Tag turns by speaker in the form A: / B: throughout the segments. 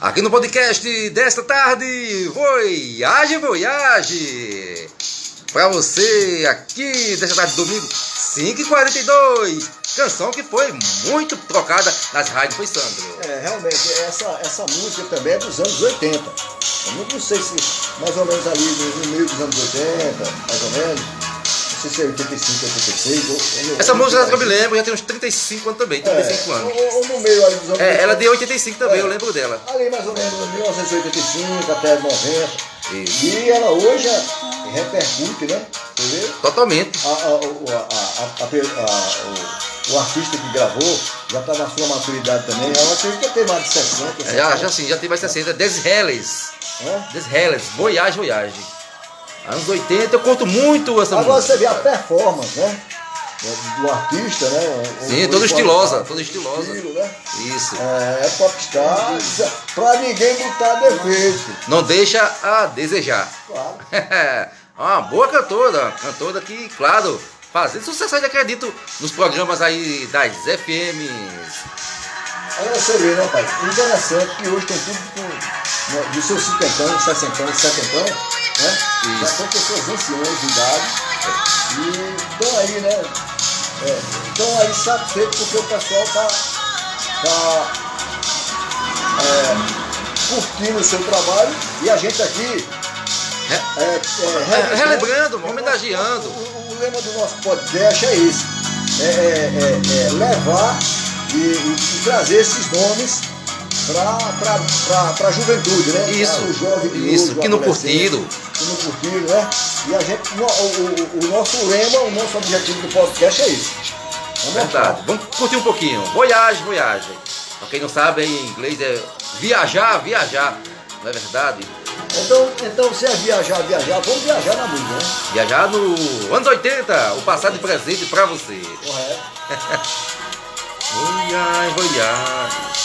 A: aqui no podcast desta tarde. Voyage, voyage! Para você aqui desta tarde, domingo, 5h42. Canção que foi muito tocada nas rádios, foi Sandro.
B: É, realmente, essa, essa música também é dos anos 80. Eu não sei se mais ou menos ali no meio dos anos 80, mais ou menos. Não sei se é 85, 86. Ou, ou-
A: Essa
B: ou-
A: música, é que eu me lembro, já tem uns 35 anos também,
B: É,
A: 35 anos.
B: Ou, ou no meio ali dos anos
A: É,
B: 80.
A: ela é de 85 também,
B: É.
A: eu lembro dela.
B: Ali mais ou menos de 1985 até 90.
A: Isso.
B: E ela hoje é- repercute, né? Entendeu?
A: Totalmente.
B: A- a- o- a- a- a- pe- a- o, o artista que gravou já está na sua maturidade também. Ela acredito que tem mais de 60.
A: É, Já, já sim, já tem mais 60. Desreles.
B: né?
A: Desreles. Voyage, voyage. Anos 80, eu conto muito essa
B: Agora
A: música.
B: você vê a performance, né? Do- Do artista, né? O-
A: Sim,
B: o-
A: toda
B: o-
A: estilosa,
B: o-
A: toda estilosa.
B: estilo, né?
A: Isso.
B: É, é popstar, pra ninguém botar defeito.
A: Não deixa a desejar.
B: Claro.
A: É, Uma boa cantora, cantora que, claro, fazendo sucesso, ainda acredito, nos programas aí das FMs.
B: Aí você vê, né, pai? Interessante que hoje tem tudo com, né, de seus 50 anos, 60 anos, 70 anos, né? Já
A: Isso.
B: são pessoas anciãs de idade e estão aí, né? é, Estão aí satisfeitos porque o pessoal tá, tá é, curtindo o seu trabalho e a gente aqui.
A: Re-
B: É, é,
A: É, relembrando,
B: o-
A: homenageando.
B: O, o lema do nosso podcast é esse: é, é- é- é levar e, e- e trazer esses nomes para a juventude, né? Pra
A: Isso,
B: o jovem de hoje,
A: isso,
B: o
A: que não
B: adolescente,
A: curtiram.
B: Que não curtiram, né? E a gente, no- o, o- o nosso lema, o nosso objetivo do podcast é esse. É mostrar.
A: Verdade. Vamos curtir um pouquinho. Voyage, voyage. Pra quem não sabe, em inglês é viajar, viajar. Não é verdade?
B: Então, então, se é viajar, viajar, vamos viajar na música, né?
A: Viajar no anos 80, o passado e presente pra você.
B: Correto.
A: Voyage, voyage.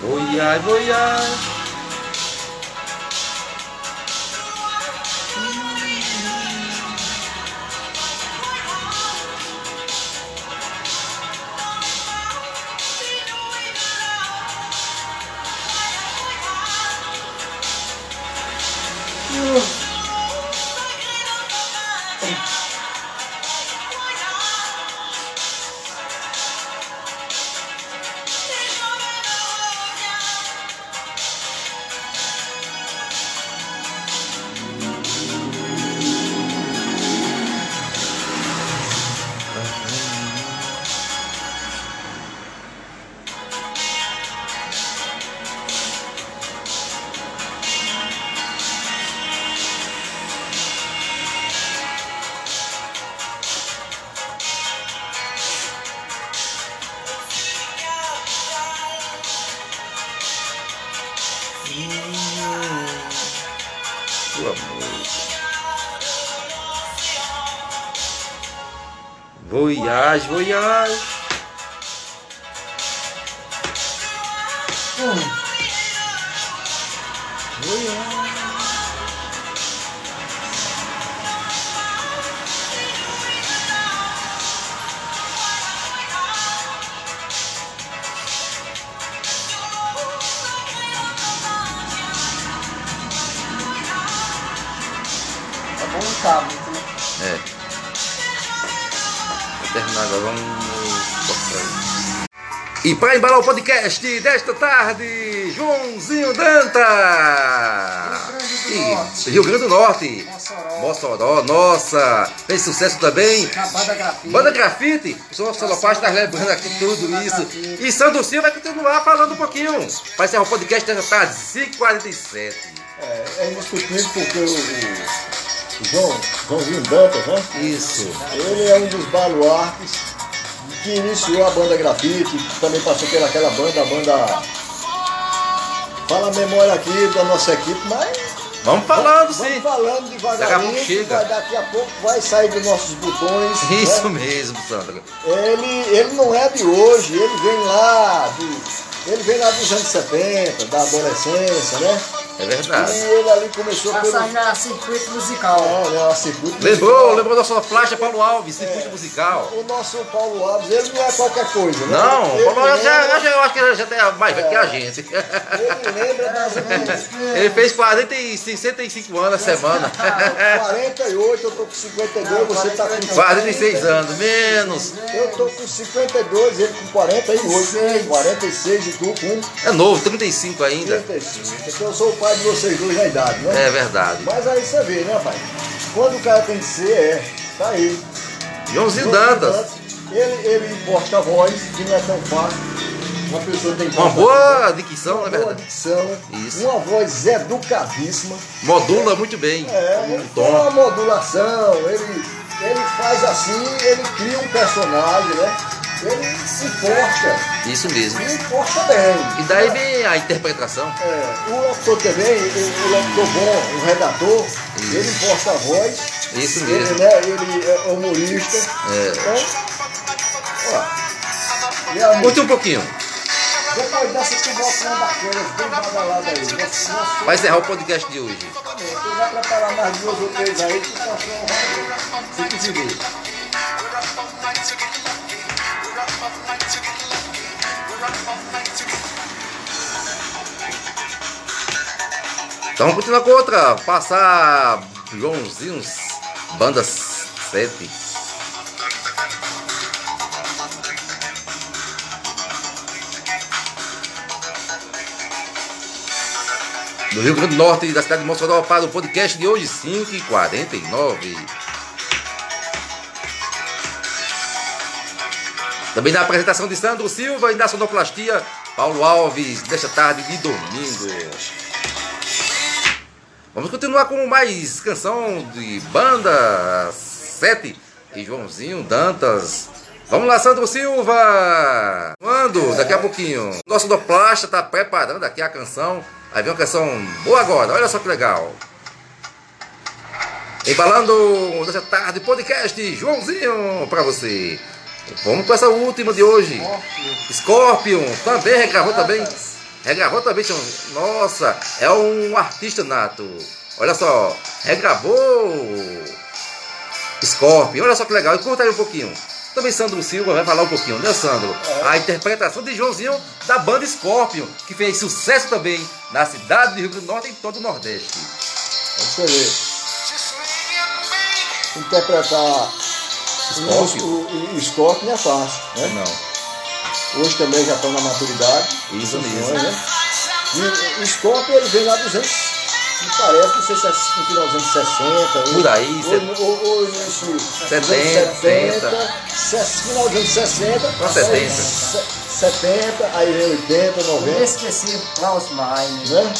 A: Voyage, voyage. Sua música. Voyage, voyage.
C: É bom um sábado, né?
A: É. Vou terminar agora, vamos cortar aí. E para embalar o podcast desta tarde, Joãozinho Danta!
C: Rio Grande do
A: E-
C: Norte.
A: Rio Grande do Norte!
C: Mossoró.
A: Mossoró, nossa! Fez sucesso também!
C: Acabada a grafite.
A: Banda Grafite, o senhor Solopaz está lembrando aqui tudo isso. E Sandro Silva vai continuar falando um pouquinho. Vai ser o podcast desta tarde, 5h47.
B: É, é indiscutível porque o, o João, Joãozinho Dantas, né?
A: Isso.
B: Ele é um dos baluartes que iniciou a banda grafite, que também passou pelaquela banda, a banda. Fala a memória aqui da nossa equipe, mas.
A: Vamos falando,
B: Vamos
A: sim.
B: falando
A: Daqui a
B: devagarinho,
A: pouco
B: que
A: chega.
B: vai- daqui a pouco vai sair dos nossos botões. né?
A: Isso mesmo, Sandro.
B: Ele, ele não é de hoje, ele vem lá do. Ele veio lá dos anos 70, da adolescência, né?
A: É
B: E
A: verdade.
B: ele ali começou
C: Passagem
B: pelo.
C: na circuito musical.
B: Não, né, não, a circuito
A: Lembrou,
B: musical.
A: lembrou da sua flecha Paulo Alves, circuito musical.
B: O nosso Paulo Alves, ele não é qualquer coisa, né?
A: Não,
B: ele
A: Paulo Alves é- já,
B: lembra,
A: já- eu acho que ele já tem mais velho que a gente.
B: Ele lembra das minhas.
A: Ele fez 40 e 65 anos a semana. É.
B: 48, eu tô com 52, você tá com
A: 46 anos, menos.
B: Eu tô com 52, ele com 48, 46 e tu com
A: É novo, 35 ainda.
B: 35. Então eu sou o pai de vocês dois na idade, né?
A: É verdade.
B: Mas aí você vê, né, pai? Quando o cara tem que ser, é. Tá aí.
A: Joãozinho Dantas.
B: Ele, ele importa a voz, que não é tão fácil. Uma pessoa tem que
A: Uma
B: importar a
A: boa
B: voz,
A: dicção, na
B: uma boa
A: verdade.
B: dicção,
A: Isso.
B: uma voz educadíssima.
A: Modula muito bem
B: É,
A: o
B: ele tem
A: Um tom.
B: uma modulação, ele, ele faz assim, ele cria um personagem, né? Ele importa,
A: Isso mesmo.
B: e importa bem.
A: E daí vem a interpretação.
B: É, o locutor também, o, o locutor um bom, o redator, ele importa a voz,
A: Isso
B: ele,
A: mesmo.
B: né, ele é humorista.
A: É.
B: Então, ó, e aí,
A: Curte um pouquinho.
B: depois dessa conversa bacana, bem badalada aí, né? você, você
A: Vai encerrar o podcast de hoje.
B: Tu vai preparar mais duas ou três aí, que tá o cachorro vai se conseguir.
A: Então vamos continuar com outra. Passar Joãozinho, banda 7. Do Rio Grande do Norte, da cidade de Mossoró, para o podcast de hoje, 5h49. Também na apresentação de Sandro Silva e na sonoplastia, Paulo Alves, desta tarde de domingo. Vamos continuar com mais canção de banda 7 e Joãozinho Dantas. Vamos lá, Sandro Silva! Quando? Daqui a pouquinho. Nosso Doplasta tá preparando aqui a canção. Aí vem uma canção boa agora, olha só que legal. Embalando dessa tarde, podcast Joãozinho pra você. Vamos com essa última de hoje. Scorpion também regravou também. Regravou também, chama- nossa, é um artista nato. Olha só, regravou Scorpion, olha só que legal, escuta aí um pouquinho. Também Sandro Silva vai falar um pouquinho, né Sandro?
B: É.
A: A interpretação de Joãozinho da banda Scorpion, que fez sucesso também na cidade do Rio Grande do Norte e em todo o Nordeste.
B: Você vê. Interpretar o,
A: Scorpion?
B: o, o Scorpion não é fácil, né?
A: Não,
B: Hoje também já estão na maturidade.
A: Isso
B: Os
A: mesmo.
B: né? E o Scorpion ele vem lá dos anos, me parece, não sei se é no final dos anos 60. ou-
A: Por aí,
B: ou,
A: set-
B: ou, ou isso, dos anos
A: 70,
B: 60, final dos anos 60.
A: Não, 70.
B: se- 70, aí vem 80, 90,
C: Inesquecível, Klaus Meine.
B: né?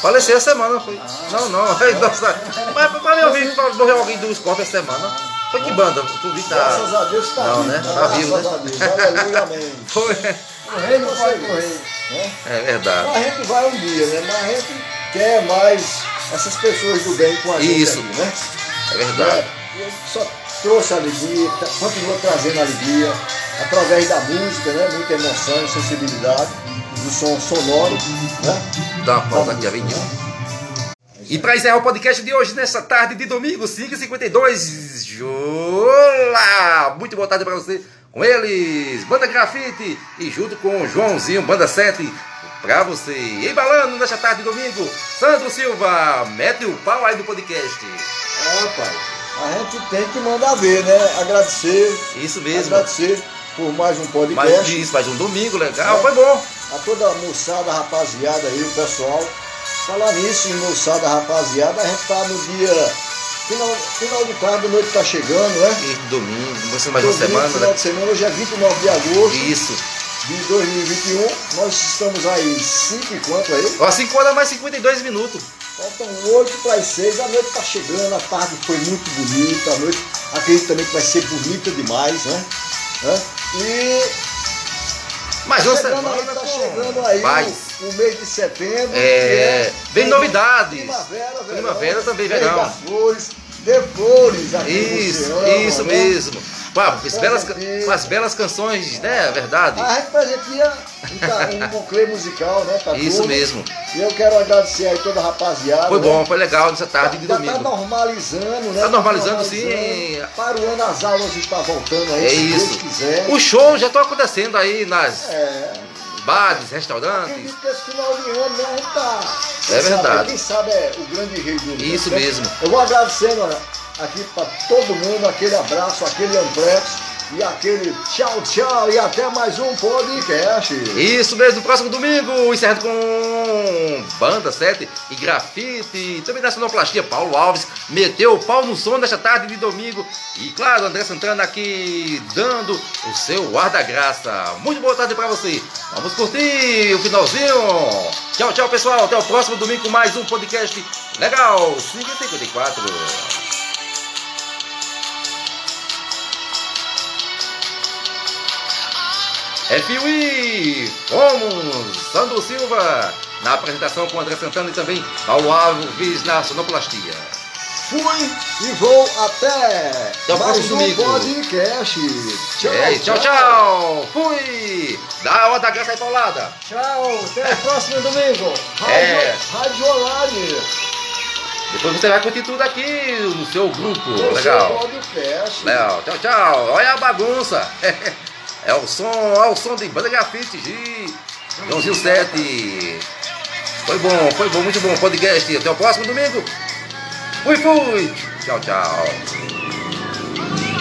A: faleceu essa semana, foi.
B: Ah.
A: Não, não, nossa. Mas, mas eu vi que morreu alguém do Scorpion essa semana. Foi que banda? Tu vi tá.
B: Graças a Deus está
A: Não,
B: vivo.
A: né? Tá vivo, né?
B: Graças a Deus. Aleluia, amém.
A: Foi.
C: Correr não pode correr.
B: Né?
A: É verdade.
B: Mas a gente vai um dia, né? Mas a gente quer mais essas pessoas do bem com a gente.
A: Isso.
B: aqui, né?
A: É verdade.
B: É, eu só trouxe alegria, tá- continua trazendo alegria através da música, né? Muita emoção, sensibilidade, do som sonoro, né?
A: Dá uma pausa aqui, rapidinho. E pra encerrar o podcast de hoje, nessa tarde de domingo, 5h52, Jola! Muito boa tarde pra você com eles, Banda Grafite, e junto com o Joãozinho, Banda 7, pra você. Embalando nesta tarde de domingo, Sandro Silva, mete o pau aí do podcast.
B: É, pai. A gente tem que mandar ver, né? Agradecer,
A: Isso mesmo.
B: agradecer por mais um podcast.
A: Mais um dia, mais um domingo, legal, foi bom.
B: a toda a moçada, rapaziada aí, o pessoal. Falar nisso, em moçada, rapaziada, a gente tá no dia. Final, final de tarde, a noite tá chegando, né?
A: E domingo, começando mais uma
B: Domingo,
A: semana,
B: final
A: né?
B: de semana, hoje é 29 de agosto
A: Isso.
B: de 2021. Nós estamos aí 5 e quanto aí?
A: Ó, 5 horas mais 52 minutos.
B: Faltam 8 para as 6, a noite tá chegando, a tarde foi muito bonita, a noite acredito também que vai ser bonita demais, né? Hã? E
A: Mais uma
B: chegando
A: semana.
B: aí, tá
A: com
B: chegando aí
A: Paz.
B: o, o mês de setembro.
A: É,
B: que
A: vem novidades.
B: Primavera, verão.
A: Primavera também,
B: mês
A: verão.
B: das flores, de flores aqui no
A: Isso,
B: oceano,
A: isso
B: né?
A: mesmo. Com as belas, ca-
B: Prazer.
A: com as belas canções, né? Verdade.
B: A gente presentia um ca- um buclê musical, né? pra
A: Isso
B: todos.
A: mesmo.
B: E eu quero agradecer aí toda a rapaziada.
A: Foi
B: né?
A: bom, foi legal nessa tarde de
B: Já tá
A: domingo.
B: normalizando, né?
A: Tá normalizando, sim.
B: Para o ano as aulas está voltando aí,
A: É
B: se
A: isso.
B: Deus quiser.
A: Os shows já estão acontecendo aí nas
B: É.
A: bares,
B: Acredito
A: restaurantes.
B: que esse final de ano, né? A gente tá.
A: É
B: quem sabe-
A: verdade.
B: quem sabe é o grande rei do mundo.
A: Isso
B: né?
A: mesmo.
B: Eu vou agradecendo olha, aqui para todo mundo, aquele abraço, aquele amplexo e aquele tchau, tchau e até mais um podcast.
A: Isso mesmo, próximo domingo, encerrando com Banda 7 e Grafite. Também na Sonoplastia, Paulo Alves meteu o pau no som nesta tarde de domingo. E claro, André Santana aqui dando o seu ar da graça. Muito boa tarde pra você. Vamos curtir o finalzinho. Tchau, tchau, pessoal. Até o próximo domingo com mais um podcast legal 554. FUI, Fomos, Sandro Silva, na apresentação com André Santana e também Paulo Alves na sonoplastia.
B: Fui e vou até.
A: Até o
B: mais
A: próximo
B: um
A: domingo.
B: podcast. Tchau,
A: É, tchau, tchau, fui, dá a hora da graça aí, Paulada.
C: Tchau, até o próximo domingo.
B: Rádio,
A: É.
B: Rádio Online.
A: Depois você vai curtir tudo aqui no seu grupo,
B: Esse é o
A: legal.
B: Podcast.
A: Legal, tchau, tchau, olha a bagunça. É o som, é o som de Banda Grafite, G, Joãozinho 7. Foi bom, foi bom, muito bom, podcast. Até o próximo domingo. Fui, fui. Tchau, tchau.